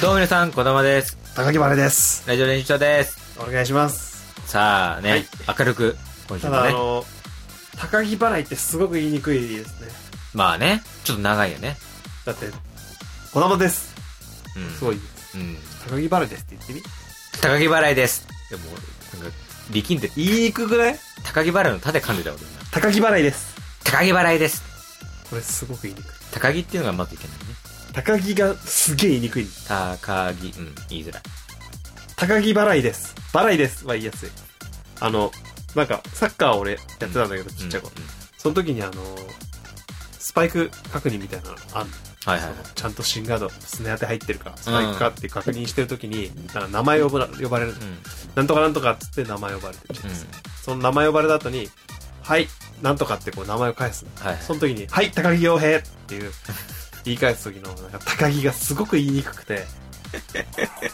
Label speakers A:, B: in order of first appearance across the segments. A: 皆さん、こだまです。
B: 高木丸です。
A: ラジオ練習長です。
B: お願いします。
A: さあね、
B: はい
A: 明るく、今週
B: た
A: も
B: だ、あ
A: ね。
B: の、高木払いってすごく言いにくいですね。
A: まあね、ちょっと長いよね。
B: だって、こだまです。
A: うん。
B: すごい。
A: うん。
B: 高木払いですって言ってみ。
A: 高木払いです。でも、なんか、力んで、
B: 言いにくくない
A: 高木払いの盾噛んでた俺今
B: 高木払いです。
A: 高木払いです。
B: これすごく言いにくい。
A: 高木っていうのがまずいけないね。
B: 高木がすげえ言いにくい。
A: 高木、うん、言いづらい。
B: 高木払いです。払いですは言いやすい。あの、なんか、サッカー俺やってたんだけど、ちっちゃい頃
A: うんうん
B: その時にあの、スパイク確認みたいなのあんの
A: はいはい
B: そ
A: は
B: の
A: い。
B: ちゃんと新ガード、スネ当て入ってるか、スパイクかって確認してるときに、あの名前呼ば呼ばれるの
A: う。ん。
B: なんとかなんとかっつって名前呼ばれてるじゃ
A: う
B: ない
A: ん
B: ですか。その名前呼ばれた後に、はい、なんとかってこう名前を返すの。
A: はい。
B: その時に、はい、高木洋平っていう、 言い返す時の、なんか高木がすごく言いにくくて、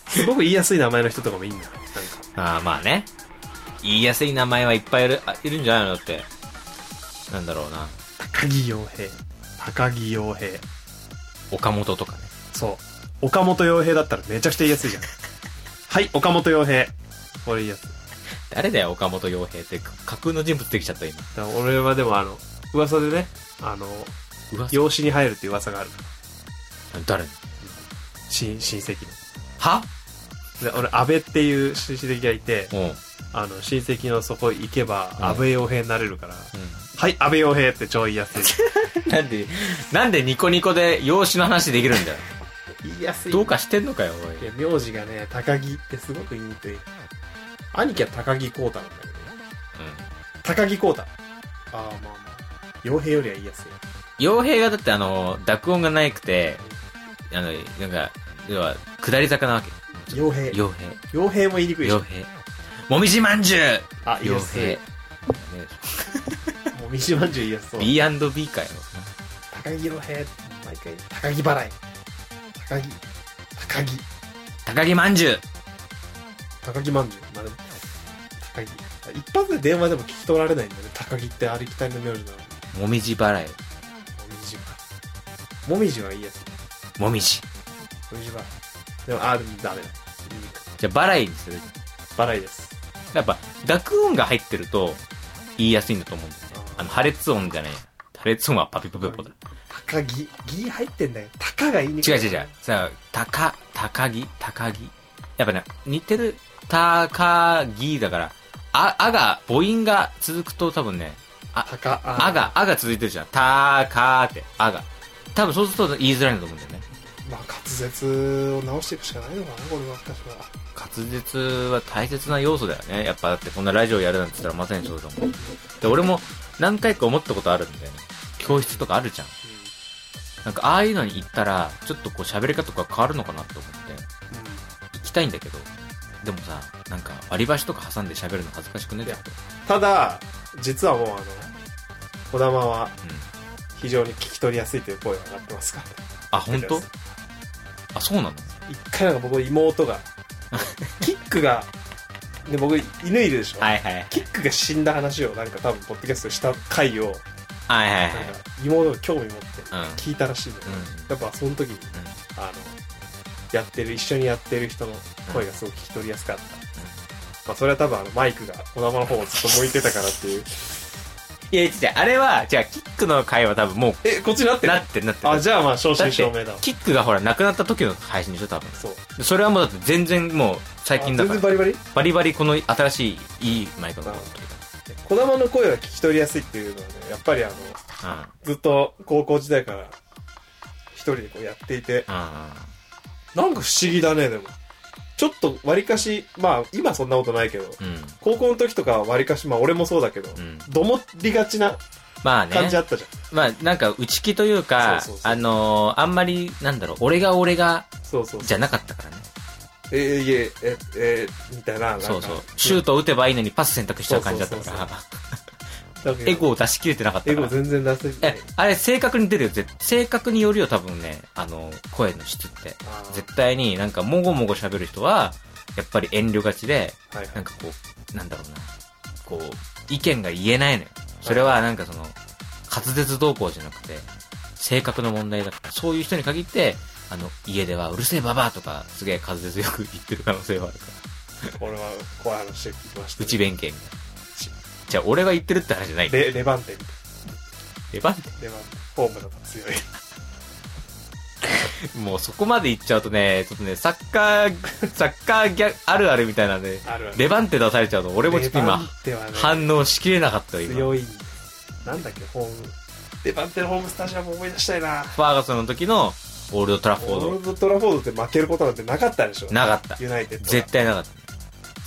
B: すごく言いやすい名前の人とかもいいんだよ。なんか、
A: ああ、まあね。言いやすい名前はいっぱいいる、あいるんじゃないのだって。なんだろうな。
B: 高木洋平。高木洋平。
A: 岡本とかね。
B: そう。岡本洋平だったらめちゃくちゃ言いやすいじゃん。 はい、岡本洋平。これ言いやすい。
A: 誰だよ、岡本洋平って。架空の人物できちゃった、今。
B: だから俺はでもあの、噂でね、あの、
A: うわ
B: 養子に入るっていう噂がある。
A: 誰
B: 親親戚
A: は
B: の。で、俺、安倍っていう親戚がいて、
A: うん。うん。
B: あの、親戚のそこ行けば、
A: うん
B: 安倍洋平になれるから、はい、安倍洋平って超言いやすい。
A: なんで、なんでニコニコで養子の話できるんだ よ。
B: 言いやす
A: どうかしてんのかよ、お
B: い
A: い。
B: や、名字がね、高木ってすごく言いにくい。兄貴は高木光太なんだけどね。高木光太。ああ、まあまあ。洋平よりは言いやすい。
A: 洋平がだってあの、濁音がないくて、あの、なんか、要は、下り坂なわけ。
B: 洋平。
A: 洋平。
B: 洋平も言いにくいし
A: 洋。平。もみじまんじゅう
B: あ、言い
A: 洋
B: やすい
A: 平。。
B: もみじまんじゅう言いやすそう。
A: B&B かよ。
B: 高木洋平毎回高木払い高木高木
A: 高木まんじゅう
B: 高木まんじゅうまる高木一発で電話でも聞き取られないんだよね高木ってありきたりの名字なのに
A: もみじ払い。
B: もみじはもみじはいいやつ
A: もみじ。
B: もみじはでもあでもダメだ
A: じゃあ、払いにする。
B: 払いです
A: やっぱ、濁音が入ってると、言いやすいんだと思うんだよね。あの、破裂音じゃない。破裂音はパピプペポだ。
B: 高木ギ入ってんだよ高がいいにくい
A: 違う違う違う。さあ、高、高木、高木。やっぱね、似てる、高木だから、あ、あが、母音が続くと多分ね、
B: 高
A: あが、あが続いてるじゃん。たかーって、あが。多分そうすると言いづらいんだと思うんだよね。
B: まあ滑舌を直していくしかないのかなこれは確か
A: 滑舌は大切な要素だよね。やっぱだってこんなラジオやるなんて言ったらまさにそうだもん。で、俺も何回か思ったことあるんだよね。教室とかあるじゃん。なんかああいうのに行ったら、ちょっとこう喋り方とか変わるのかなと思って。行きたいんだけどでもさなんか割り箸とか挟んで喋るの恥ずかしくね
B: いやただ実はもうあの児玉は
A: うん、
B: 非常に聞き取りやすいという声が上がってますから
A: あ本当あそうなの
B: 一回なんか僕 妹がキックがで僕犬いるでしょ、
A: はいはい
B: キックが死んだ話をなんか多分ポッドキャストでした回を
A: はいはい
B: なん
A: は
B: か
A: い
B: 妹が興味持って
A: うん
B: 聞いたらしいんだよ、
A: う
B: やっぱその時に
A: ん
B: あのやってる一緒にやってる人の声がすごく聞き取りやすかった、まあ、それは多分あのマイクが児玉の方をずっと向いてたか らっていう
A: いや違う違うあれはじゃあキックの回は多分も
B: えこっちになっ
A: う
B: てる
A: なってるなってる
B: あじゃあまあ正
A: だ
B: 真
A: っ
B: 正銘だ
A: て
B: わ
A: キックがほらなくなった時の配信でしょ多分
B: そう
A: それはもうだって全然もう最近だ
B: あ
A: か
B: 全然
A: ら
B: バリバリ
A: バリバリこの新しいいいマイクの声
B: 児玉の声が聞き取りやすいっていうのはねやっぱりあの
A: うんうん
B: ずっと高校時代から一人でこうやっていて
A: うん
B: なんか不思議だねでもちょっとわりかしまあ今そんなことないけど
A: うん
B: 高校の時とかわりかしまあ俺もそうだけど、
A: うん
B: どもりがちな
A: まあね
B: 感じあったじゃん、
A: まあなんか内気というか
B: そうそうそう
A: あのーあんまりなんだろう俺が俺が
B: そうそう
A: じ
B: そう
A: ゃなかったからね
B: えー、いえええーみたいななんか
A: そうそう。シュートを打てばいいのにパス選択しちゃう感じだった
B: そうそ
A: か
B: う
A: ら、 エゴを出し切れてなかった
B: エ
A: か
B: ゴ
A: ら。
B: 全然出せない
A: え、あれ正確に出るよ。絶正確によるよ、多分ね。あの、声の質って。
B: あー
A: 絶対になんかもごもご喋る人は、やっぱり遠慮がちで、
B: はいは
A: ないんかこう、なんだろうな。こう、意見が言えないのよ。それはなんかその、滑舌動向じゃなくて、性格の問題だから。そういう人に限って、あの、家ではうるせえババアとか、すげえ風強く言ってる可能性はあるから。
B: これは怖い話してきました、
A: うち弁慶みたいな
B: ち。
A: じゃあ、俺が言ってるって話じゃない。
B: レレバンテみたい
A: 出番っ
B: なレバンテホームだと強い
A: てもうそこまで行っちゃうとね、ちょっとね、サッカー、サッカーギャあるあるみたいなんで、
B: あるある
A: 出番って出されちゃうと、俺もちょっと
B: レバ
A: 今
B: ン、テはね
A: 反応しきれなかったよ、今。
B: 強いんですなんだっけホームレバンテのホームスタジアム思い出したいな
A: ファーガソンの時の、オールドトラフォ
B: オー
A: ー
B: ルドトラフォードって負けることなんてなかったでしょ
A: ド、なかった。
B: ユナイテッドが
A: 絶対なかった。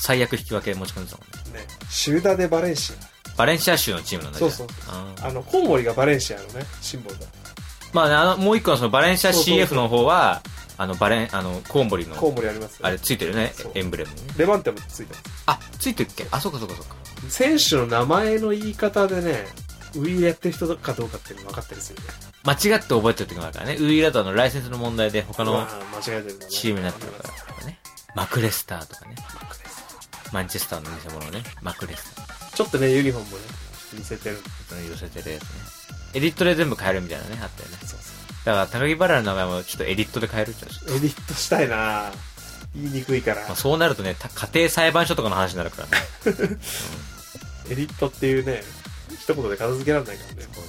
A: 最悪引き分け持ち込んでたもんね。
B: ねシューダデ・バレンシ
A: バレンシア州のチームなんだ
B: そうそう
A: あー
B: アあのコウモリがバレンシアのねシンボルだ
A: まあね、あの、もう一個のそのバレンシア
B: そうそうそう
A: CF の方は、あの、バレン、あの、コウモリの、
B: コウモリありますよ
A: あれついてるね
B: そう、
A: エンブレムね。
B: レバンテもついてま
A: あ、ついてるっけあ、そうかそうかそうか。
B: す選手の名前の言い方でねウィーやってる人かどうかっていうの分かったりするよね
A: 間違って覚えてる時もあるからね。ウイラとあの、ライセンスの問題で他
B: あ
A: の
B: 間違えてるんだね
A: チームになってるからね。マクレスターとかね。マンチェスターの偽物ね。マクレスター
B: ちょっとねユニフォームもね見せてる
A: その寄せてるやつね。エディットで全部変えるみたいなね、あったよね。
B: そう
A: だから、高木バラの名前もちょっとエディットで変えるって言うでしょ
B: そうエディットしたいな言いにくいから
A: まあ、そうなるとね、た家庭裁判所とかの話になるからね。
B: エディットっていうね一言で片付けられないからね
A: そう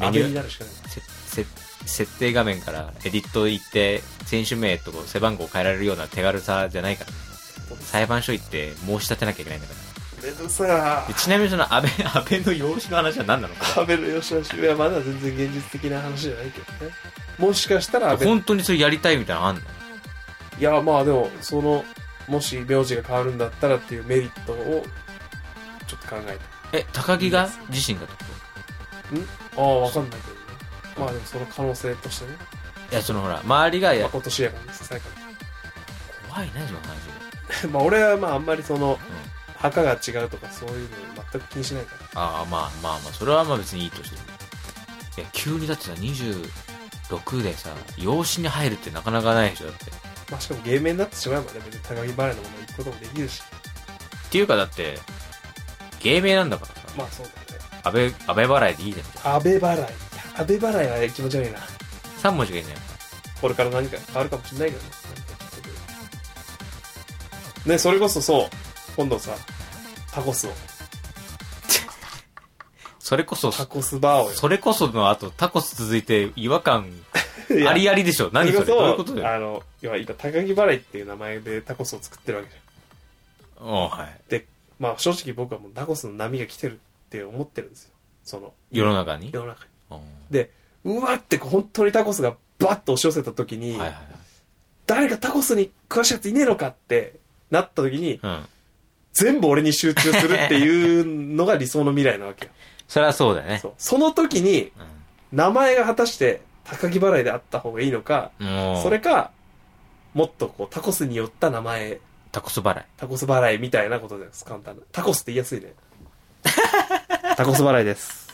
A: だ
B: ア
A: よね。メ
B: ベ
A: ニュ
B: に
A: ー
B: なるしかない
A: せせ設定画面からエディット行って、選手名と背番号変えられるような手軽さじゃないから、ね、裁判所行って申し立てなきゃいけないんだから。
B: めんどくさいな
A: でちなみにその安倍、安倍の養子の話は何なのか。
B: 安倍の義しはまだ全然現実的な話じゃないけどねもしかしたら安倍
A: 本当にそれやりたいみたいなのあんの
B: いやまあでもそのもし名字が変わるんだったらっていうメリットをちょっと考えて
A: え、高木が自身がってこ
B: ああわかんないけどねまあでもその可能性としてね
A: といや、そのほら、周りが、いや、
B: 誠しやかにささやか
A: 怖いね、その話。
B: に まあ俺はまああんまりその
A: うん。
B: 墓が違うとかそういうの全く気にしないから
A: ああ、まあまあまあ、それはまあ別にいいとして。いや、急にだってさ、26でさ、養子に入るってなかなかないでしょ、だって。
B: まあしかも芸名になってしまえばね別に高木バレーのもの行くこともできるし
A: っていうかだって、芸名なんだからさ、
B: まあそうだね
A: 安倍、安倍払いでいいじゃん。
B: 安倍払いいや安倍払いは気持ち悪いな
A: 3文字がいいんじゃない
B: これから何か変わるかもしれないけどね。ね、それこそそう、今度さ、タコスを、
A: それこそ、
B: タコスバーをよ
A: それこその後、タコス続いて違和感、
B: いや
A: ありありでしょ。何それどういうことだよ。
B: あの、要は今、高木払いっていう名前でタコスを作ってるわけじゃん。
A: うん、はい。
B: で、まあ正直僕はもうタコスの波が来てるって思ってるんですよ。その、
A: 世の中に。
B: 世の中に。
A: うんは
B: で、うわって本当にタコスがバッと押し寄せた時
A: い
B: に、
A: はいはい。
B: 誰かタコスに詳しいやついねえのかってなった時に、
A: うん。
B: 全部俺に集中するっていうのが理想の未来なわ けよ。
A: そりゃそうだよね
B: そ。うその時に名前が果たして高木払いであった方がいいのか、
A: うん。もう、
B: それか、もっとこうタコスによった名前、
A: タコス払い。
B: タコス払いみたいなことです、簡単な。タコスって言いやす いね。タコス払いです。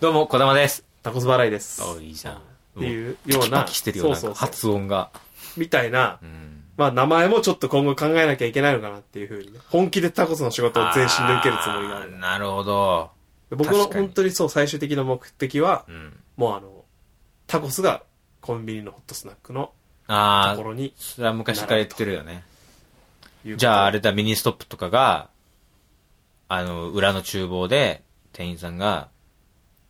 A: どうも、小玉です。
B: タコス払いです。
A: おいいじゃん。
B: って
A: もう、
B: いうよう
A: パ
B: な、
A: キしてるよ、なん
B: そう
A: か
B: そう
A: 発
B: そう
A: 音が。
B: みたいな、
A: うん。
B: まあ名前もちょっと今後考えなきゃいけないのかなっていうふうにね。本気でタコスの仕事を全身で受けるつもりがある
A: ー。なるほど。
B: 僕の
A: 確かに
B: 本当にそう最終的な目的は、
A: うん。
B: もうあの、タコスがコンビニのホットスナックのと
A: あ
B: こ
A: あ、
B: ろに
A: それは昔から言ってるよね。
B: いうこと
A: じゃああれだ、ミニストップとかが、あの、裏の厨房で店員さんが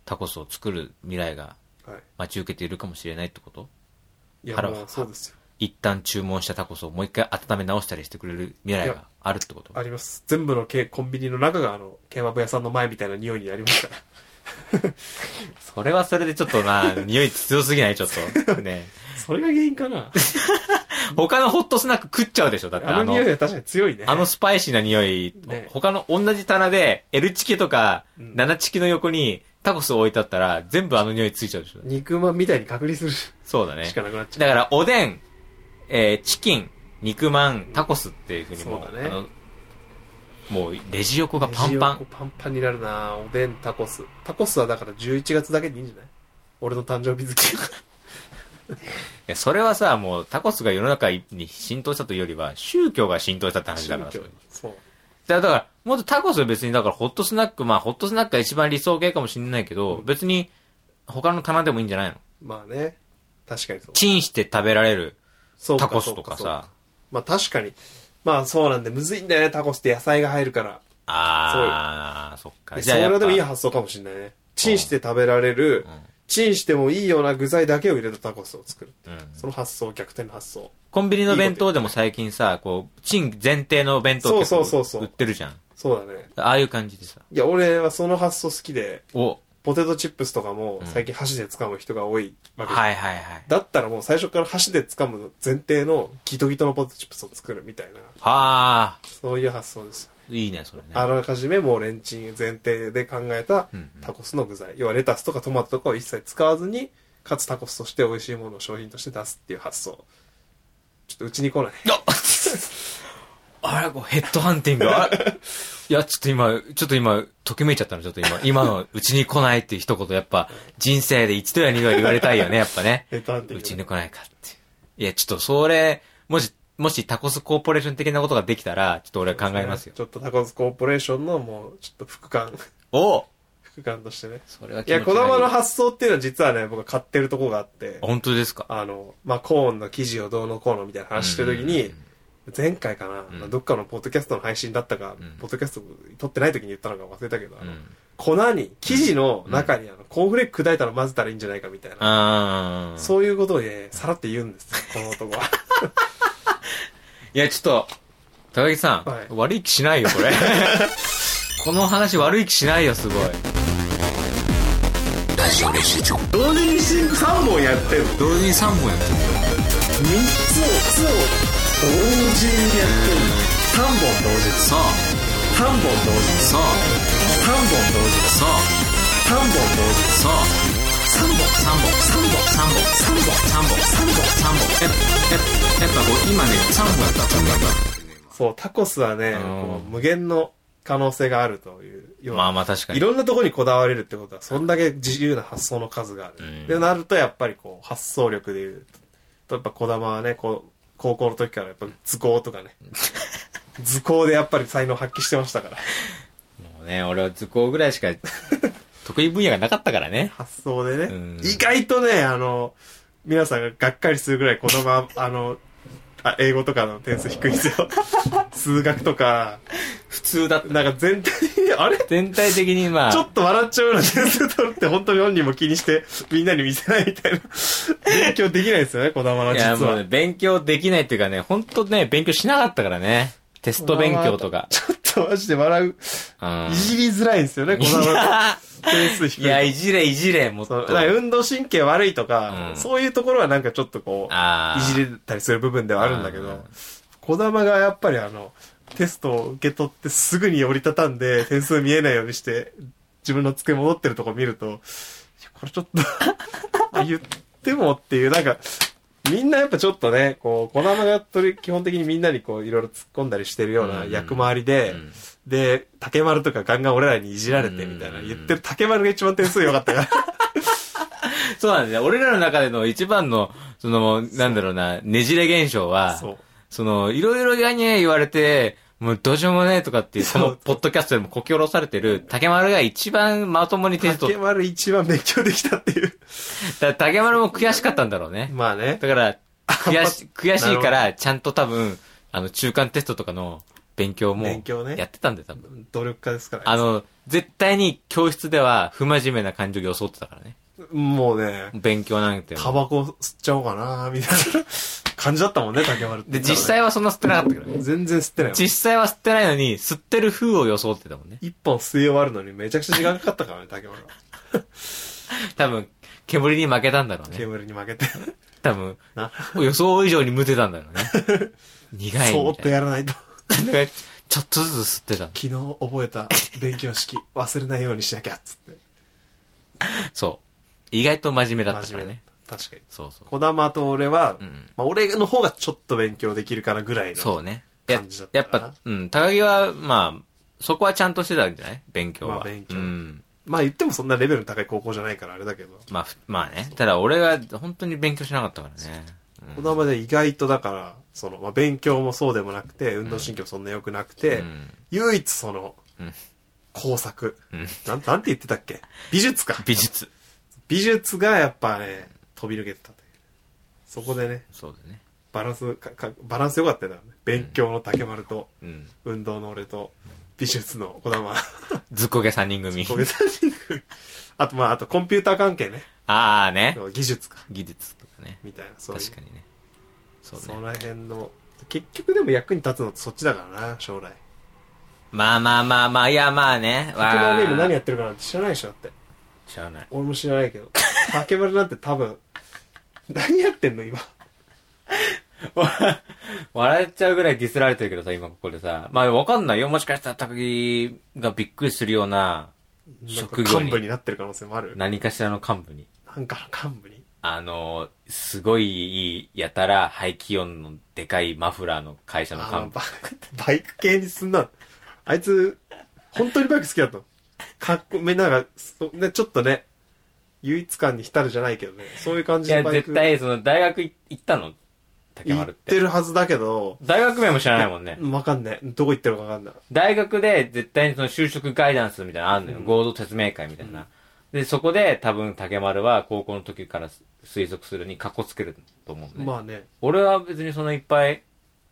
A: タコスを作る未来が
B: はい。
A: 待ち受けているかもしれないってこと
B: いや、
A: 腹を
B: まあそうですよ。
A: 一旦注文したタコスをもう一回温め直したりしてくれる未来
B: いや
A: があるってこと
B: あります。全部のけコンビニの中が、あの、ケバブ屋さんの前みたいな匂いになりま すから。
A: それはそれでちょっと な、匂い強すぎないちょっと。ね。
B: それが原因かな。
A: 他のホットスナック食っちゃうでしょだって
B: あ
A: あ
B: の
A: の
B: 匂い、は確かに強いね。
A: あのスパイシーな匂い、
B: ね
A: 他の同じ棚で L チキとか
B: うん
A: 7チキの横にタコスを置いてあったら全部あの匂いついちゃうでしょ
B: 肉まんみたいに隔離するし
A: そうだね。
B: かなくなっちゃ
A: だから、おでん、えーチキン、肉まん、タコスっていうふうにもう、
B: そうだね
A: あの、もう、レジ横
B: う。
A: がパンパ
B: レジ横
A: ン。
B: パンパンになるなおでん、タコス。タコスはだから11月だけでいいんじゃない俺の誕生日付き。
A: いやそれはさ、もう、タコスが世の中に浸透したというよりは、宗教が浸透したって話だから。それ
B: そう。
A: だから、もっとタコスは別に、だから、ホットスナック、まあ、ホットスナックが一番理想系かもしれないけど、別に、他の棚でもいいんじゃないの
B: まあね。確かにそう。
A: チンして食べられる
B: そう
A: タコスとか。
B: そうそう
A: さ。
B: まあ確かに。まあそうなんで、むずいんだよね、タコスって野菜が入るから。
A: あー、そっか。
B: で
A: じ
B: そ
A: ゃあ
B: れ
A: やっ
B: はで
A: ぱ、
B: もいいう発想かもしれないね。チンして食べられる、チンしてもいいような具材だけを入れたタコスを作る。
A: ん。
B: その発想、逆転の発想。
A: コンビニの弁当でも最近さ、こう、チン前提の弁当結
B: そうそうそうそ
A: 構
B: う
A: 売ってるじゃん。
B: そうだね。
A: ああいう感じでさ。
B: いや、俺はその発想好きで、
A: お、
B: ポテトチップスとかも
A: うん
B: 最近箸で掴む人が多いわけ、
A: はいはいはい。
B: だったらもう最初から箸で掴む前提のギトギトのポテトチップスを作るみたいな、
A: はあ、
B: そういう発想ですよ。
A: いいね、それね。
B: あらかじめもうレンチン前提で考えた
A: うんうん
B: タコスの具材、要はレタスとかトマトとかを一切使わずに、かつタコスとして美味しいものを商品として出すっていう発想。ちょっとうちに来ない。
A: あら、こうヘッドハンティング。あらいや、ちょっと今、ちょっと今、ときめいちゃったの、ちょっと今。今の、うちに来ないっていう一言、やっぱ、人生で一度や二度は言われたいよね、やっぱね。
B: ヘッドハンティン
A: う
B: グ
A: ちに来ないかっていう。いや、ちょっとそれ、もし、もしタコスコーポレーション的なことができたら、ちょっと俺は考えますよ。
B: ちょっとタコスコーポレーションのもう、ちょっと副官、
A: お
B: 副官としてね。
A: それはい
B: や、子供の
A: は
B: 発想っていうのは実はね、僕は買ってるとこがあって、
A: 本当ですか
B: あの、まあ、コーンの生地をどうのこうのみたいな話してる時に、前回かな、
A: ん
B: まあどっかのポッドキャストの配信だったか、
A: うん
B: ポッドキャスト撮ってない時に言ったのか忘れたけど、あ
A: う
B: の
A: ん。
B: 粉に、生地の中にあの、コーンフレーク砕いたら混ぜたらいいんじゃないかみたいな。
A: あー。
B: そういうことをね、さらって言うんですよ、この男は。
A: いや、ちょっと、高木さん、
B: はい
A: 悪い気しないよ、これ。この話悪い気しないよ、すごい。
B: 同時にシンク3本やってるの ?3
A: 同時に3本やってる。
B: つを、つを、同時にやってるの ?3 本同時。
A: さあ、
B: 3本同時。
A: さあ、
B: 3本同時。
A: さあ、
B: 3本同時。
A: さあ、3本、3本、3本、3本、3本、3本、3本、3本。やっぱ、やっぱ、やっぱこう、今ね、3本やった、3本やっ
B: そう、タコスはね、
A: うん
B: こう無限の可能性があるという。要
A: た。
B: は
A: まあまあ、確か
B: い
A: に。
B: ろんなところにこだわれるってことは、そんだけ自由な発想の数がある。
A: うん
B: で、なると、やっぱりこう、発想力でいうと、やっぱ児玉はね、こう、高校の時からやっぱ図工とかね。図工でやっぱり才能発揮してましたから。
A: もうね、俺は図工ぐらいしか、得意分野がなかったからね。
B: 発想でね。
A: うん
B: 意外とね、あの、皆さんががっかりするぐらい児玉は、あの、あ英語とかの点数低いんで すよ。数学とか、
A: 普通だった。
B: なんか全体に、あれ
A: 全体的にまあ、
B: ちょっと笑っちゃうような点数取るって本当に本人も気にしてみんなに見せない みたいな。勉強できないですよね、こだまはい実
A: や、もうね、
B: は。
A: 勉強できないっていうかね、ほんとね、勉強しなかったからね。テスト勉強とか。
B: ちょっとマジで笑う。
A: うん
B: い。じりづらいんですよね、こだま は。点数低
A: い
B: い。
A: や、いじれいじれ、もっ
B: そう
A: と。
B: だから運動神経悪いとか、
A: うん
B: そういうところはなんかちょっとこ
A: あ
B: う、
A: ー
B: いじれたりする部分ではあるんだけ
A: う
B: ど
A: ん、
B: こだまがやっぱりあの、テストを受け取ってすぐに折りたたんで点数見えないようにして、自分の机戻ってるとこ見ると、いやこれちょっ と、言ってもっていう、なんか、みんなやっぱちょっとね、こう、こだまが取り基本的にみんなにこう、いろいろ突っ込んだりしてるような役回りで、
A: うん
B: で、竹丸とかガンガン俺らにいじられてみたいな、
A: うん
B: 言ってる竹丸が一番点数良かったから。
A: そうなんですね。俺らの中での一番の、その、なんだろうな、ねじれ現象 は、
B: そう。
A: その、いろいろやにゃ言われて、もうどうしようもねえとかっていう、こ
B: そう
A: のポッドキャストでもこき下ろされてる、竹丸が一番まともにテスト、
B: 竹
A: だか
B: 丸一番勉強できたっていう。
A: ら竹丸も悔しかったんだろうね。
B: まあね。
A: だから、悔 し、悔しいか
B: な
A: ら、ちゃんと多分、あの、中間テストとかの勉強も、
B: 勉強ね
A: やってたんだよ、多分。
B: 努力家ですから、
A: あの、絶対に教室では不真面目な感情を装ってたからね。
B: もうね、
A: 勉強なんて。
B: タバコ吸っちゃおうかなみたいな感じだったもんね、竹丸って。
A: で、実際はそんな吸ってなかったけどね。
B: 全然吸ってないも ん。
A: 実際は吸ってないのに、吸ってる風を装ってたもんね。
B: 一本吸い終わるのにめちゃくちゃ時間かかっ たからね、竹丸は。
A: 多分、煙に負けたんだろうね。
B: 煙に負けて。
A: 多分、
B: な、
A: 予想以上にムテたんだろうね。 苦い
B: そー
A: み
B: ったと
A: いな。
B: やらないと。
A: なんか ちょっとずつ吸ってたの。
B: 昨日覚えた勉強式忘れないようにしなきゃ、つって。
A: そう。意外と真面目だった
B: 真
A: か
B: 面
A: ら
B: 目
A: ね
B: ね。。確かに。
A: そうそう。
B: 児玉と俺は、
A: うん
B: まあ俺の方がちょっと勉強できるからぐらいの。
A: そうね。や
B: 感じだっ
A: や
B: た
A: っ
B: かな
A: ぱ、うん、高木は、まあ、そこはちゃんとしてたんじゃない勉強は。
B: まあ勉強
A: うん。
B: まあ言ってもそんなレベルの高い高校じゃないからあれだけど。
A: まあ、ふまあね。ただ俺は本当に勉強しなかったからね。うん
B: 子供で意外とだから、その、まあ、勉強もそうでもなくて、運動神経もそんな良くなくて、
A: うん
B: 唯一その
A: うん、
B: 工作、
A: うん
B: なん。なんて言ってたっけ美術か。
A: 美術。
B: 美術がやっぱね、飛び抜けてたという。そこでね、
A: そうだね。
B: バランスかか、バランス良かったよね。勉強の竹丸と、
A: うん。
B: 運動の俺と、美術の児玉。
A: ずっこけ3人組。
B: ごめんなさいあと、まあ、あとコンピューター関係ね。
A: ああね。
B: 技術か。
A: 技術とかね。
B: みたいな、そういう。
A: 確かにね。そう
B: そ
A: ね。
B: の辺の、結局でも役に立つのってそっちだからな、将来。
A: まあまあまあまあ、いやまあね。
B: 竹丸で今何
A: や
B: やってるかなんて知らないでしょ、だって。
A: 知らない。
B: 俺も知らないけど。竹丸なんて多分、何やってんの今。
A: 笑っちゃうぐらいディスられてるけどさ、今ここでさ。まあわかんないよ。もしかしたら高木がびっくりするような職業に
B: なんか幹部になってる可能性もある。
A: 何かしらの幹部に。
B: なんかの幹部に。
A: あの、すごいいい、やたら排気音のでかいマフラーの会社の
B: あの
A: 幹部。
B: バ バイク系にすんな。あいつ、本当にバイク好きだと。かっこめ、なんか、そね、ちょっとね、唯一感に浸るじゃないけどね。そういう感
A: い
B: じ
A: や、
B: のバイ
A: 絶
B: ク。
A: 対、その、大学い行ったの竹
B: 行
A: 丸っ
B: って
A: て。
B: るはずだけど、
A: 大学名も知らないもんね。
B: わかんない。どこ行ってるかわかんない。
A: 大学で絶対にその就職ガイダンスみたいなのあるのよ。
B: うん
A: 合同説明会みたいな。で、そこで多分竹丸は高校の時から推測するにカッコつけると思うね。
B: まあね、
A: 俺は別にそのいっぱい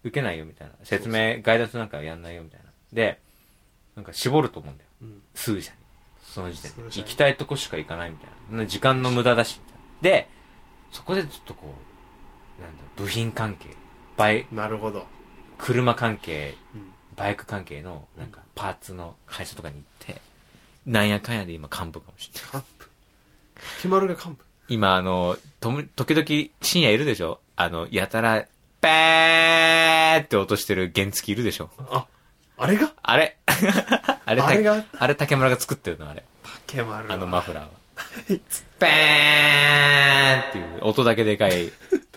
A: 受けないよみたいな。説明、ガイダンスなんかやんないよみたいな。で、なんか絞ると思うんだよ。
B: うん
A: 数社に。その時点で。
B: 数社
A: 行
B: に
A: きたいとこしか行かないみたいな。そんな時間の無駄だし。みたいなで、そこでちょっとこう、なんだろう、部品関係、バイ、
B: なるほど。
A: 車関係、
B: うん
A: バイク関係の、なんか、パーツの会社とかに行って、なんやかんやで今幹部かもしれない。
B: 幹部。決まるが幹部。
A: 今、あの、とも、時々深夜いるでしょあの、やたら、ペーって落としてる原付きいるでしょ
B: あ、あれが
A: あれ あれ、
B: あれが
A: あれ竹村が作ってるの、あれ。
B: 竹丸は。
A: あのマフラーは。
B: いつ
A: ペーンっていう音だけでかい。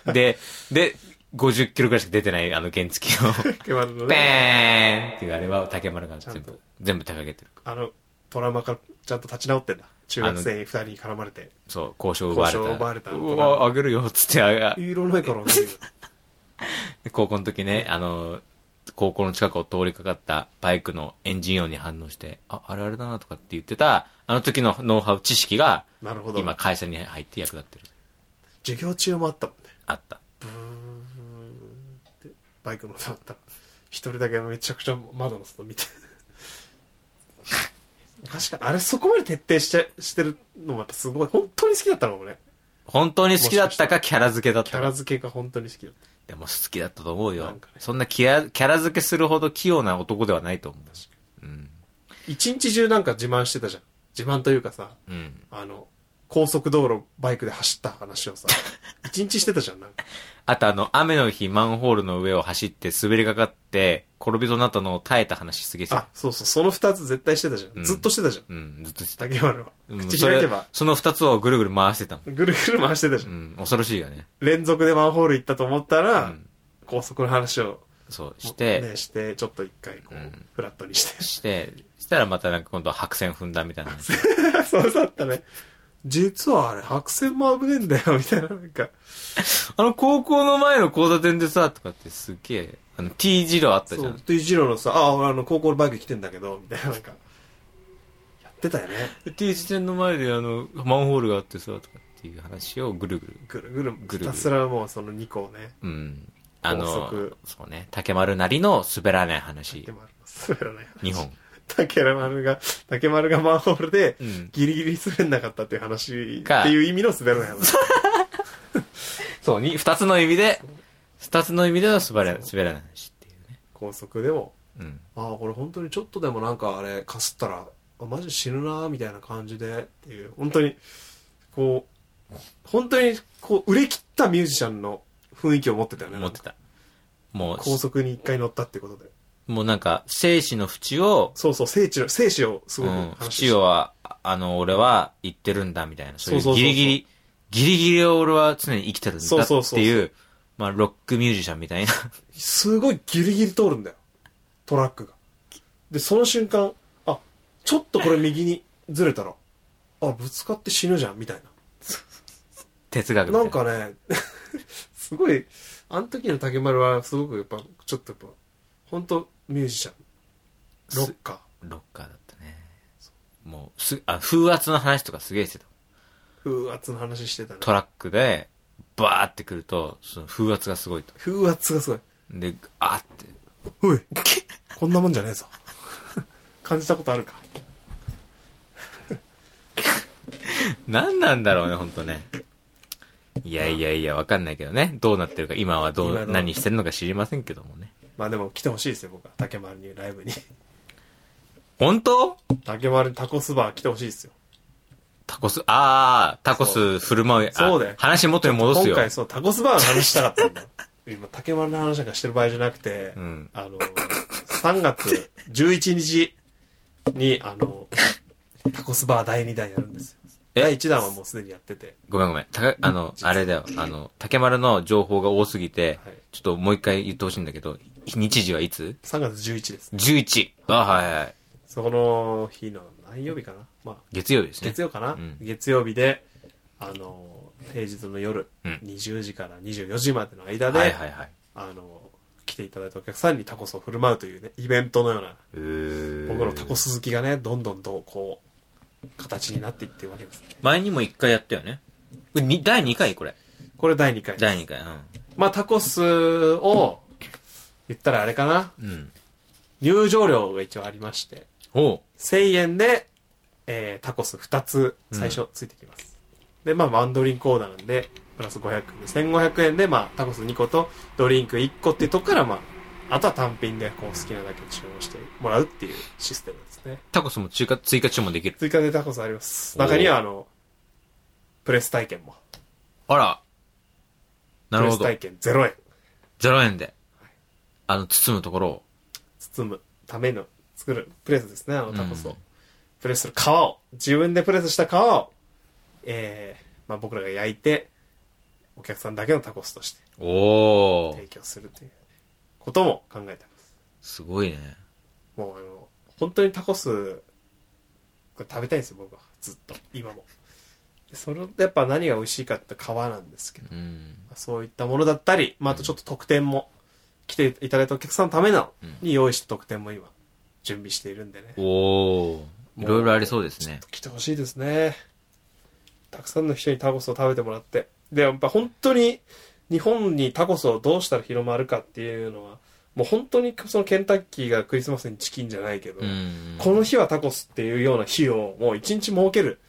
A: で、で、50キロぐらいしか出てないあの原付 きを、
B: 竹丸の
A: ペ
B: ね、
A: ーンっていうあれは竹丸が全
B: ちゃん
A: 部
B: と、
A: 全部高げてる。
B: あの、トラウマからちゃんと立ち直ってんだ。中学生に二人に絡まれて。
A: そう、交渉奪われた。
B: 交渉奪われた
A: うわ、あげるよ、つってあが、
B: いろないからね。
A: 高校の時ね、あの、高校の近くを通りかかったバイクのエンジン音に反応して、あ、あれあれだなとかって言ってた、あの時のノウハウ知識が、
B: なるほど。
A: 今会社に入って役立ってる。
B: 授業中もあったもんね。
A: あった。
B: ブーンってバイク乗ってあったら一人だけめちゃくちゃ窓の外見て。確かに、あれそこまで徹底して、してるのもやっぱすごい。本当に好きだったのもね。
A: 本当に好きだったか、キャラ付けだっ
B: キ
A: た
B: ャ
A: か。
B: ラ付けが本当に好きだった。
A: でも好きだったと思うよ。
B: なんかね
A: そんなキャキャラ付けするほど器用な男ではないと思う。うん。
B: 一日中なんか自慢してたじゃん。自慢というかさ、
A: うん。
B: あの、高速道路バイクで走った話をさ、一日してたじゃん。なんか
A: あとあの、雨の日マンホールの上を走って滑りかかって、転びそうになったのを耐えた話すげえし
B: あ、そうそう、その二つ絶対してたじゃん。
A: うん
B: ずっとしてたじゃん。
A: うん、ずっとしてた。
B: 竹丸は。
A: うん
B: 口開け
A: それ
B: ば、
A: その二つをぐるぐる回してたの。
B: ぐるぐる回してたじゃん
A: う。ん、恐ろしいよね。
B: 連続でマンホール行ったと思った
A: う
B: ら、
A: ん。
B: 高速の話を
A: そう、して、
B: ね、してちょっと一回こう、
A: うん
B: フラットにして
A: して、したらまたなんか今度は白線踏んだみたいな話。
B: そうだったね実はあれ白線も危ねえんだよみたいななんか
A: あの高校の前の交差点でさ、とかってすげえ、あの T 字路あったじ
B: そ
A: ゃ。
B: うんと一郎のさ「あ俺あの高校のバイク来てんだけど」みたいななんかやってたよね
A: T 字線の前であの、マンホールがあってさ、とかっていう話をぐるぐる。
B: ぐるぐる
A: ぐるぐる
B: ひたすらもうその2個をね
A: うん。あ
B: 高
A: の
B: 速、
A: そうね、竹丸なりの滑らない話
B: で。もあの滑らない
A: 日本。
B: 竹丸が竹丸がマンホールで
A: うん。
B: ギリギリ滑んなかったっていう話
A: か
B: っていう意味の滑らない話
A: そう、に、二つの意味で、二つの意味での滑ら滑らない話っていうね。
B: 高速でも
A: うん。
B: ああこれ本当にちょっとでもなんかあれかすったらあマジ死ぬなーみたいな感じでっていう本当にこう本当にこう売れ切ったミュージシャンの雰囲気を持ってたよね
A: 持ってた。もう、
B: 高速に一回乗ったってことで
A: もうなんか、生死の淵を、
B: そうそう聖地の聖地をす
A: う
B: ごく
A: ん、
B: 話
A: 淵をは、ああの、俺は行ってるんだ、みたいな。そういう
B: そうそ
A: ギ
B: うそうそう
A: リギリ、ギリギリを俺は常に生きてるんだ
B: そうそう
A: っ
B: そうそう
A: ていう、まあ、ロックミュージシャンみたいな。
B: すごいギリギリ通るんだよトラックがでその瞬間あちょっとこれ右にずれたらあぶつかって死ぬじゃんみたいな
A: 哲学みたいな。
B: なんかね、 すごい、あの時の竹丸はすごくやっぱ、ちょっとやっぱ、本当ミュージシャン。ロッカー。
A: ロッカーだったね。もう、す、あ、風圧の話とかすげえしてた。
B: 風圧の話してたね。
A: トラックで、バーってくると、その風圧がすごいと。
B: 風圧がすごい。
A: で、あーって。
B: おい、こんなもんじゃねえぞ。 感じたことあるか。
A: 何なんだろうね、ほんとね。いやいやいや、わかんないけどね。どうなってるか、今はど
B: 今
A: う、
B: の
A: 何してるのか知りませんけどもね。
B: まあでも来てほしいですよ、僕は。竹丸にライブに。
A: 本当
B: 竹丸にタコスバー来てほしいですよ。
A: タコス、あー、タコス振る舞う。あ
B: そうだよ
A: 話元に戻す
B: 今
A: よ。
B: 回そう、タコスバーの話したかった んだよ。今、竹丸の話なんかしてる場合じゃなくて、
A: うん
B: あの、3月11日に、あの、タコスバー第2弾やるんですよ。
A: え
B: 第1弾はもうすでにやってて。
A: ごめんごめん。たか、あの、あれだよ。あの、竹丸の情報が多すぎて、
B: はい
A: ちょっともう一回言ってほしいんだけど、日時はいつ
B: 3月11です。
A: ?11。あ、はいはい。
B: そこの日の何曜日かなまあ、
A: 月曜日ですね。
B: 月曜かな、
A: うん
B: 月曜日で、あの、平日の夜、
A: うん
B: 20時から24時までの間で、
A: はいはいはい。
B: あの、来ていただいたお客さんにタコスを振る舞うというね、イベントのような、僕のタコ
A: ス。
B: ス好きがね、どんどんとこう、形になっていってるわけですね。
A: 前にも一回やったよね。これに第2回これ。
B: これ第2回です。
A: 第2回。
B: まあタコスを、言ったらあれかな、
A: うん。うん。
B: 入場料が一応ありまして、
A: おう。
B: 1000円で、えータコス2つ最初ついてきます、でまあワンドリンクオーダーなんでプラス500円で1500円で、まあ、タコス2個とドリンク1個っていうとこからまああとは単品でこう好きなだけ注文してもらうっていうシステムですね
A: タコスも追加、追加注文できる。
B: 追加でタコスあります
A: おー
B: 中にはあのプレス体験も
A: あら。なるほ
B: プ
A: ど。
B: レス体験0円
A: 0円で。あの、包むところを。
B: 包むための作るプレスですねあのタコスを、
A: うん
B: プレスする皮を自分でプレスした皮をえーまあ、僕らが焼いてお客さんだけのタコスとして
A: おー
B: 提。供するということも考えてます
A: すごいね。
B: もうあの本当にタコスこれ食べたいんですよ僕はずっと今もでそれやっぱ何が美味しいかって皮なんですけど
A: うん。
B: まあそういったものだったり、まあ、あとちょっと特典も来ていただいたお客さんのための
A: うん
B: に用意した特典も今準備しているんでね
A: おー。いろいろありそうですね。
B: 来てほしいですねたくさんの人にタコスを食べてもらってでやっぱ本当に日本にタコスをどうしたら広まるかっていうのはもう本当にそのケンタッキーがクリスマスにチキンじゃないけど、
A: うん。
B: この日はタコスっていうような日をもう一日設ける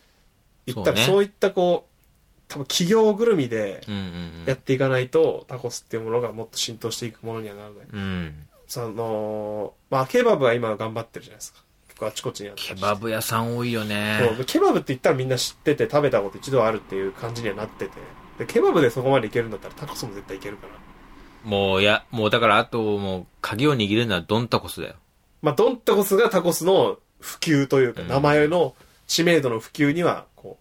B: いったら
A: そうね
B: そういったこう多分企業ぐるみで
A: うんうん
B: やっていかないとタコスっていうものがもっと浸透していくものにはならない
A: うん。うん。
B: そのまあケバブは今頑張ってるじゃないですか結構あちこちにあったりして
A: ケバブ屋さん多いよね。
B: そうケバブって言ったらみんな知ってて食べたこと一度あるっていう感じにはなっててでケバブでそこまでいけるんだったらタコスも絶対いけるから
A: もう、いや、もうだから、あと、もう、鍵を握るのはドンタコスだよ。
B: まあドンタコスがタコスの普及というか
A: うん
B: 名前の知名度の普及にはこ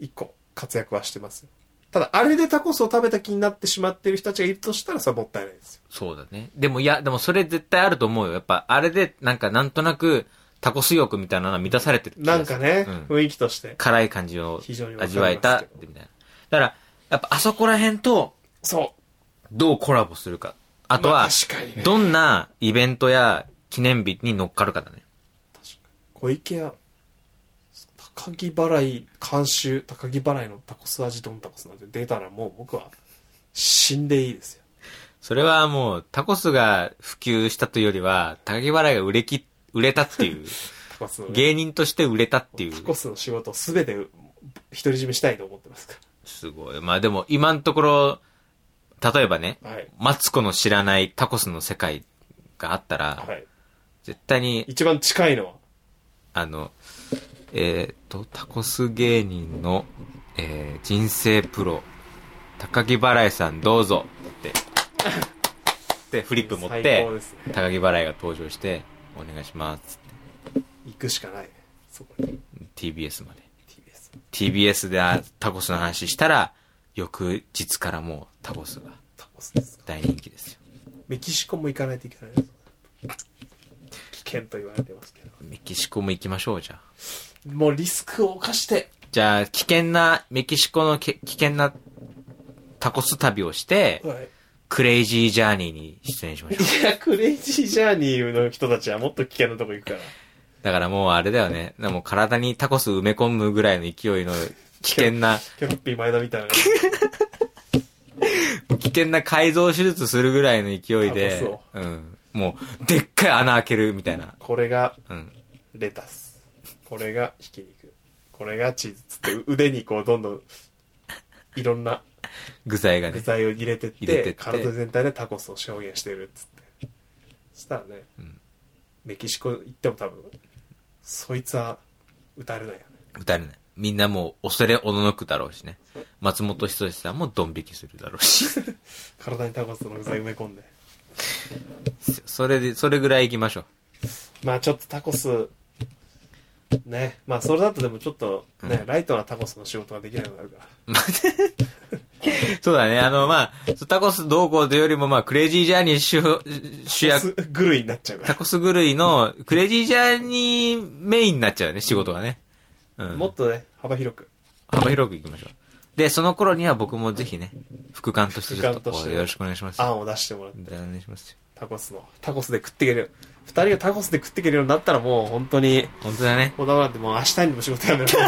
B: う一個活躍はしてますよただあれでタコスを食べた気になってしまっている人たちがいるとしたらさもったいないですよ
A: そうだね。でも、いや、でもそれ絶対あると思うよ。やっぱ、あれで、なんか、なんとなく、タコス欲みたいなのは満たされてる気が
B: な
A: する
B: んかね、
A: うん
B: 雰囲気として
A: 辛い感じを
B: 非常にわかり
A: 味
B: ま
A: わ
B: す
A: え
B: けど
A: た、みたいな。だから、やっぱ、あそこら辺と、
B: そう
A: どうコラボするか。あと
B: ま
A: は
B: あ、確かにね
A: どんなイベントや記念日に乗っかるかだね。
B: 小池屋高木払い監修高木払いのタコス味ドンタコスなんて出たらもう僕は死んでいいですよ
A: それはもう、タコスが普及したというよりは、高木原が売れき、売れたっていう、
B: タコスのね
A: 芸人として売れたっていう
B: タ。コスの仕事を全て独り占めしたいと思ってますか
A: すごい。まあでも、今のところ、例えばね、
B: らはい
A: マツコの知らないタコスの世界があったら、
B: はい
A: 絶対に、
B: 一番近いのは
A: あの、えっ、と、タコス芸人の、えー人生プロ、高木払いさんどうぞって、で、フリップ持っ
B: 最
A: て
B: 高、ですね
A: 高木払いが登場して、お願いします
B: 行くしかないねそこに
A: って TBS まで。
B: TBS
A: TBS であタコスの話したら、翌日からもうタコスが
B: タコスです
A: 大人気ですよ。
B: メキシコも行かないといけないです危険と言われてますけど
A: メキシコも行きましょう、じゃあ。
B: もうリスクを冒して
A: じゃあ、危険な、メキシコのけ危険なタコス旅をして、
B: はい
A: クレイジージャーニーに出演しましょう。
B: いやクレイジージャーニーの人たちはもっと危険なとこ行くから
A: だからもうあれだよね。もう体にタコ ス埋め込むぐらいの勢いの危険な、
B: ケロッピー前田みたいな。
A: 危険な改造手術するぐらいの勢い
B: あ
A: で
B: そ、
A: うん。もう、でっかい穴開けるみたいな。
B: これが
A: うん。
B: レタスこれがひき肉これがチーズつって腕にこうどんどんいろんな
A: 具材が
B: 具
A: ね。
B: 材を入れてって
A: 入れてって
B: 体全体でタコスを表現してるっつってそしたらね、
A: うん
B: メキシコ行っても多分そいつは歌えれないよね
A: 歌えるね。みんなもう、恐れおののくだろうしね。松本人志さんもドン引きするだろう し。
B: 体にタコスの具材埋め込んで
A: それで、それぐらい行きましょう。
B: まあちょっとタコスねまあそれだとでもちょっとね、
A: うん
B: ライトなタコスの仕事ができなくなるから
A: そうだね。あの、まあ、タコスどうこうというよりも、まあ、クレイジージャーニー主主役、
B: タコス狂いになっちゃうか
A: タ
B: ら、
A: コス狂いの、クレイジージャーニーメインになっちゃうね、仕事がね。うん。
B: もっとね幅広く
A: 幅広く行きましょう。で、その頃には僕もぜひね、副官としてちょっと
B: 副官と
A: こ
B: し
A: う
B: て
A: よろしくお願いします。
B: 案を出してもらって
A: お願いしますよ。
B: タコスのタコスで食っていける二人がタコスで食っていけるようになったらもう本当に
A: 本当だね。
B: 小田原ってもう明日にでも仕事 やめる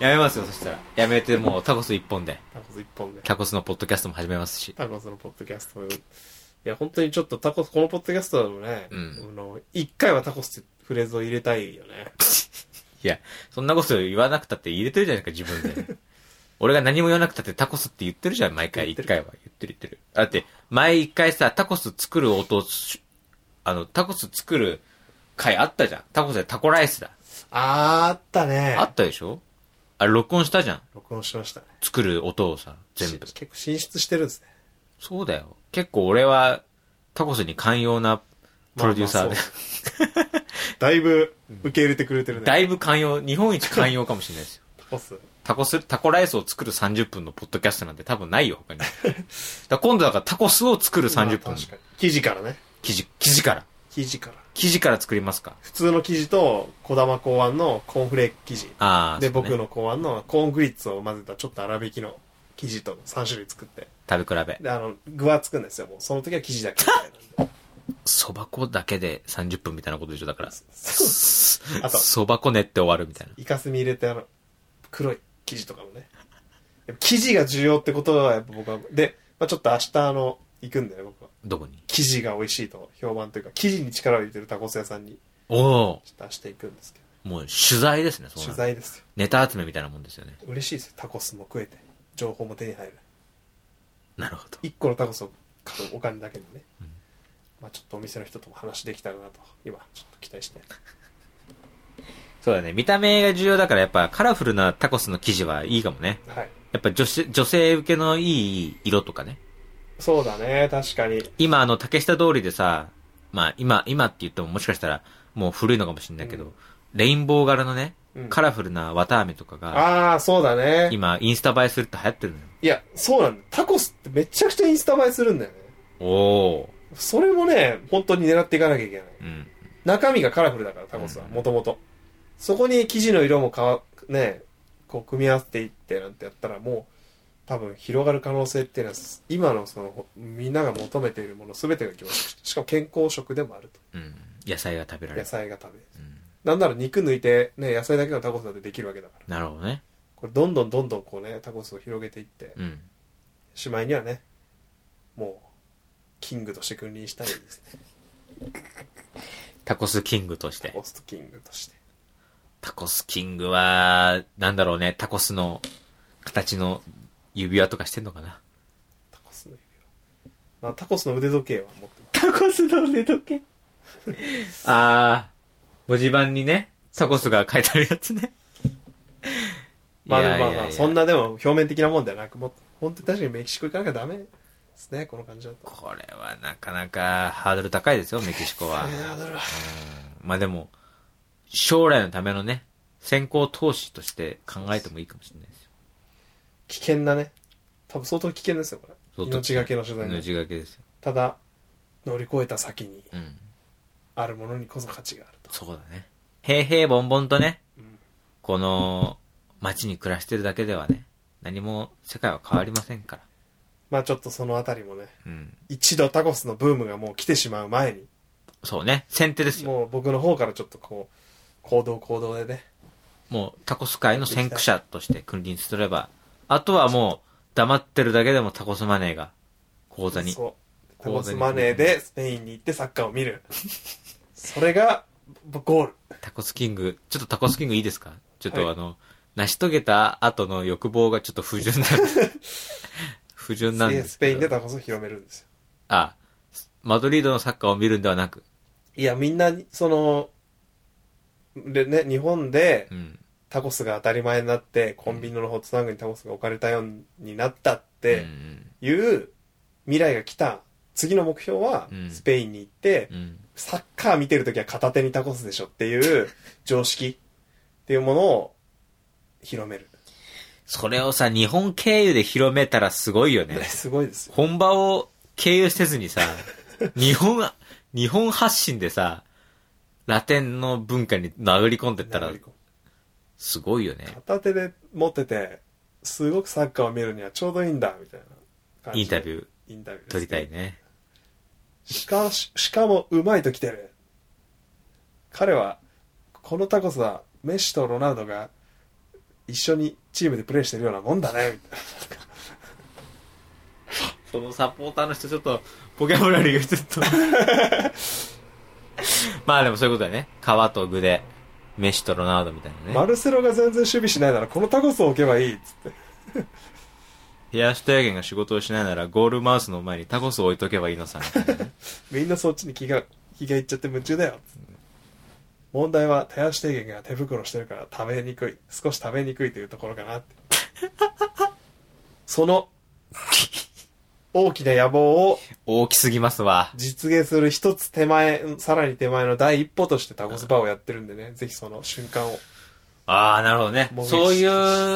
A: やめますよ、そしたら。やめて、もうタコス一本で。
B: タコス一本で
A: タコスのポッドキャストも始めますし。
B: タコスのポッドキャストをいや本当にちょっとタコスこのポッドキャストでもね、
A: うん
B: あの一回はタコスってフレーズを入れたいよね
A: いや、そんなこと言わなくたって入れてるじゃないですか、自分 で。俺が何も言わなくたってタコスって言ってるじゃん、毎回、
B: 言って
A: 一
B: る
A: 回は。言ってる言ってる。だって、毎回さ、タコス作る音、しあの、タコス作る回あったじゃん。タコスでタコライスだ。
B: あーあったね
A: あったでしょあれ、録音したじゃん。
B: 録音しましたね
A: 作る音をさ、全部
B: し。結構進出してるんですね
A: そうだよ。結構俺は、タコスに寛容なプロデューサーで
B: まあ。まあそうだいぶ受け入れてくれてる ね。
A: だいぶ寛容、日本一寛容かもしれないですよ。
B: タコス。
A: タコス、タコライスを作る30分のポッドキャストなんて多分ないよ、他に。だ から今度だからタコスを作る30
B: まあ
A: 分。
B: 確かに。生地からね。
A: 生地、生地から。
B: 生地から。
A: 生地から作りますか。
B: 普通の生地と、小玉考案のコーンフレーク生地。
A: ああ、
B: で、
A: そうね
B: 僕。の考案のコーングリッツを混ぜたちょっと粗挽きの生地と3種類作って。
A: 食べ比べ。
B: で、あの、具は作るんですよ。もうその時は生地だけみたいなん で。
A: そば粉だけで30分みたいなことでしょ、だから。
B: うあと
A: そば粉練って終わるみたいな。
B: イカスミ入れて、あの、黒い生地とかもね。やっぱ生地が重要ってことは、やっぱ僕は、で、まあちょっと明日、あの、行くんだよね、僕は。
A: どこに
B: 生地が美味しいと評判というか、生地に力を入れてるタコス屋さんに
A: おお
B: ちょっと出していくんですけ
A: ーもう取材ですね、そ
B: ど、
A: うな
B: 取
A: ると
B: 材ですよ。
A: ネタ集めみたいなもんですよね。
B: 嬉しいですよ。タコスも食えて、情報も手に入る。
A: なるほど。
B: 一個のタコスを買うお金だけでね。まあちょっとお店の人とも話できたらなと、今、ちょっと期待して。
A: そうだね。見た目が重要だからやっぱカラフルなタコスの生地はいいかもね。
B: はい。
A: やっぱ女子、女性受けのいい色とかね。
B: そうだね、確かに。
A: 今あの竹下通りでさ、まあ今、今って言ってももしかしたらもう古いのかもしれないけど、
B: うん
A: レインボー柄のね、
B: うん
A: カラフルな綿飴とかが、
B: ああ、そうだね。
A: 今インスタ映えするって流行ってるのよ。
B: いや、そうなんだ。タコスってめちゃくちゃインスタ映えするんだよね。
A: おー。
B: それもね、本当に狙っていかなきゃいけない。
A: うん。
B: 中身がカラフルだからタコスは
A: うん
B: もともとそこに生地の色もかわねこう組み合わせていってなんてやったらもう多分広がる可能性っていうのは今のそのみんなが求めているもの全てが凝縮してしかも健康食でもあると
A: うん。野菜が食べられる。
B: 野菜が食べれる
A: うん
B: なんなら肉抜いて、ね、野菜だけのタコスだってできるわけだから
A: なるほどね。
B: これどんどんどんどんこうねタコスを広げていって
A: うん。
B: しまいにはねもうキングとして君臨したいです ね
A: タコスキングとし
B: タ
A: て。
B: コスとキングとして
A: タコスキングは、なんだろうね、タコスの形の指輪とかしてんのかな。
B: タコスの指輪まあタコスの腕時計は持ってます
A: タコスの腕時計。あー、文字盤にね、タコスが書いてあるやつね。
B: まあ
A: い
B: で
A: や
B: も
A: い
B: ま
A: や
B: あ
A: い
B: まあ、
A: や
B: そん。なでも表面的なもんではなく、もう本当に確かにメキシコ行かなきゃダメですね、この感じだと。
A: これはなかなかハードル高いですよ、メキシコ は。
B: ハードルは
A: うんまあでも、将来のためのね、先行投資として考えてもいいかもしれないですよ。
B: 危険なね。多分相当危険ですよ、これ。
A: 相当
B: 命がけの取材ね
A: 命がけですよ。
B: ただ、乗り越えた先に
A: うん。
B: あるものにこそ価値があると。
A: そうだね。平平凡々とね、
B: うん
A: この街に暮らしてるだけではね、何も世界は変わりませんから。
B: まあちょっとそのあたりもね、
A: うん。
B: 一度タコスのブームがもう来てしまう前に、
A: そうね。先手ですよ。
B: もう僕の方からちょっとこう、行動行動でね、
A: もうタコス界の先駆者として君臨すれば、あとはもう黙ってるだけでもタコスマネーが、口座に。
B: そう。タコスマネーでスペインに行ってサッカーを見る。それが、ぼゴール。
A: タコスキング、ちょっとタコスキングいいですかちょっ
B: は
A: と
B: い
A: あの、成し遂げた後の欲望がちょっと不 純な、不純なんです
B: スペインで
A: だ
B: タコスを広めるんですよ。
A: あ、マドリードのサッカーを見るんではなく、
B: いや、みんな、その、でね、日本で
A: うん。
B: タコスが当たり前になって、コンビニのホットサングにタコスが置かれたようになったっ
A: う
B: て
A: ん
B: いう未来が来た。次の目標は
A: う、ん
B: スペインに行って
A: う、ん。
B: サッカー見てるときは片手にタコスでしょっていう常識っていうものを広める。。
A: それをさ、日本経由で広めたらすごいよね
B: すごいですよ。
A: 本場を経由せずに さ、日本、日本発信でさ、ラテンの文化に殴り込んでったら、すごいよね。
B: 片手で持ってて、すごくサッカーを見るにはちょうどいいんだ、みたいな感じ。
A: インタビュー
B: インタビューです
A: 撮りたいね。
B: しかし、しかもうまいと来てる。彼は、このタコスはメッシとロナウドが一緒にチームでプレーしてるようなもんだね、みたい
A: そのサポーターの人ちょっと、ボキャブラリーがちょっと。 まあでもそういうことだね。川と具で、メッシとロナウドみたい
B: な。
A: な
B: マ
A: ね。
B: ルセロが全然守備しないならこのタコスを置けばいい、つって。
A: 冷やしとやげんが仕事をしないなら、ゴールマウスの前にタコスを置いとけばいいの さ、みたいなね
B: みんなそっちに気が、気がいっちゃって夢中だよ。問題は手足提言が手袋してるから食べにくい。少し食べにくいというところかなって。その、大きな野望を
A: 大きすぎますわ。
B: 実現する一つ手前、さらに手前の第一歩としてタコスバーをやってるんでね、ぜひその瞬間を。
A: ああ、なるほどね。
B: もう
A: そうい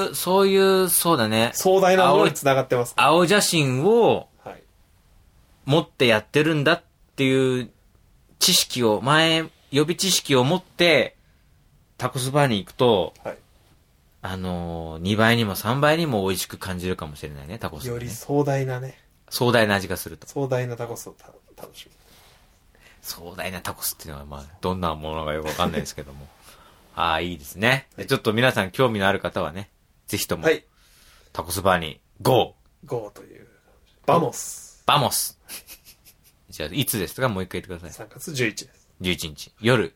A: う、そういう、そうだね。
B: 壮大なものに繋がってます。
A: 青写真を
B: はい。
A: 持ってやってるんだっていう知識を、前、予備知識を持って、タコスバーに行くと、
B: はい。
A: あのー、2倍にも3倍にも美味しく感じるかもしれないね、タコス、ね。
B: より壮大なね、
A: 壮大な味がすると。
B: 壮大なタコスをた楽しむ。
A: 壮大なタコスっていうのは、まあ、どんなものがよくわかんないですけども。ああ、いいですね。でちょっと皆さん興味のある方はね、ぜひとも
B: は、い。
A: タコスバーに、GO!
B: ゴーという。バモス。
A: バモス じゃあ、いつですかもう一回言ってくださ
B: 3月11です。
A: い。11日。夜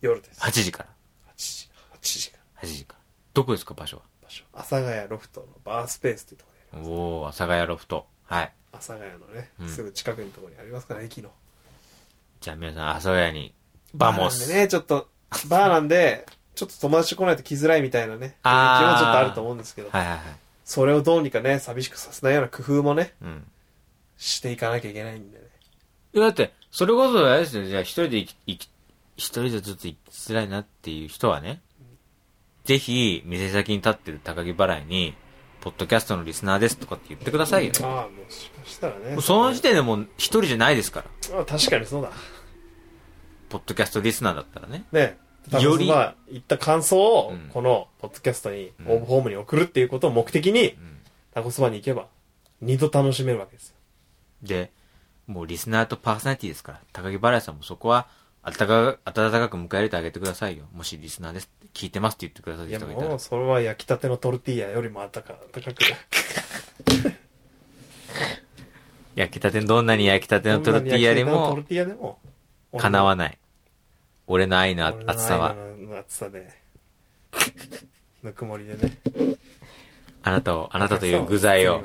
B: 夜です。
A: 8時から。
B: 8時、8時から
A: 8時から。どこですか場所は。
B: 場所。阿佐ヶ谷ロフトのバースペースっていうところにあり
A: おー、阿佐ヶ谷ロフト。はい。
B: ます。阿佐ヶ谷のね、
A: うん
B: すぐ近くのところにありますから、駅の。
A: じゃあ皆さん、阿佐ヶ谷に、バモ
B: ーな
A: ス
B: ん。でね、ちょっと、バーなんで、ちょっと友達と来ないと来づらいみたいなね、気
A: あー
B: はちょっとあると思うんですけど、
A: はいはいはい。
B: それをどうにかね、寂しくさせないような工夫もね、
A: うん。
B: していかなきゃいけないんでね。
A: いやだって、それこそあれですよ、じゃあ一人で行き、行き、一人じゃちょっと行きづらいなっていう人はね、ぜひ、店先に立ってる高木払いに、ポッドキャストのリスナーですとかって言ってくださいよ。
B: ああ、もうしましたらね。
A: もうその時点でもう一人じゃないですから。
B: あ確かにそうだ。
A: ポッドキャストリスナーだったらね。
B: ね。
A: よ
B: よ
A: り
B: り、まあ、言った感想を
A: うん、
B: この、ポッドキャストに、
A: うん
B: 応募ホームに送るっていうことを目的に
A: う、ん。
B: タコスバに行けば、二度楽しめるわけですよ。
A: で、もうリスナーとパーソナリティですから、高木原さんもそこは、温か、温かく迎え入れてあげてくださいよ。もしリスナーですって、聞いてますって言ってくださる
B: いや
A: 人がいたら
B: もう、。それは焼きたてのトルティーヤよりも暖か高く。
A: 焼きたての、どんなに焼きたてのトロティーヤで
B: どん
A: も
B: なに焼きたてのトル、ティーヤでも、
A: 叶わない。俺の愛の
B: 俺の
A: 厚さ は、
B: 愛の厚さで、ぬくもりでね。
A: あなたを、あなたという具材を、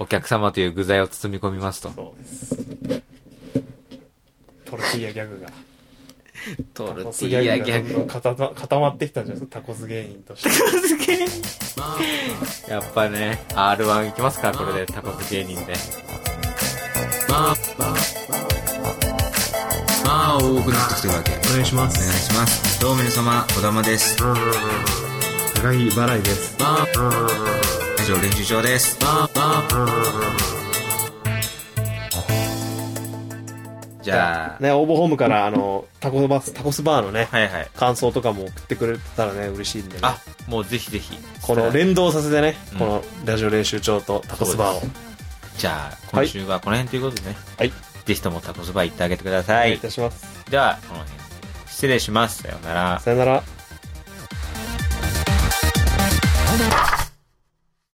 A: お客様という具材を包み込みますと。
B: そうです。トルティーヤギャグが。
A: トルテ
B: タコス
A: ィーヤ
B: ギ
A: ギ
B: ャグ
A: ャ
B: がど
A: グ
B: んどん。固ま固まってきたんじゃないですか、タコス芸人として。
A: やっぱね、R1 いきますか、これで、タコス芸人で。まあ、多くなってきてるわけ。
B: お願いしま
A: お願い。します。どうも皆様、小玉です。
B: 高木払いです。
A: 以上、練習場です。じゃあ、
B: ね、応募ホームから、あの、タコバス、タコスバーのね、
A: はいはい。
B: 感想とかも送ってくれたらね、嬉しいんでね。
A: あ、もうぜひぜひ。
B: この連動させてね、
A: うん
B: このラジオ練習帳とタコスバーを
A: そうじゃあ、今週はこの辺ということでね。
B: はい
A: ぜひともタコスバー行ってあげてくだ
B: お
A: さ
B: 願い
A: い
B: い。たします。
A: では、この辺で。失礼します。さようなら。
B: さよなら。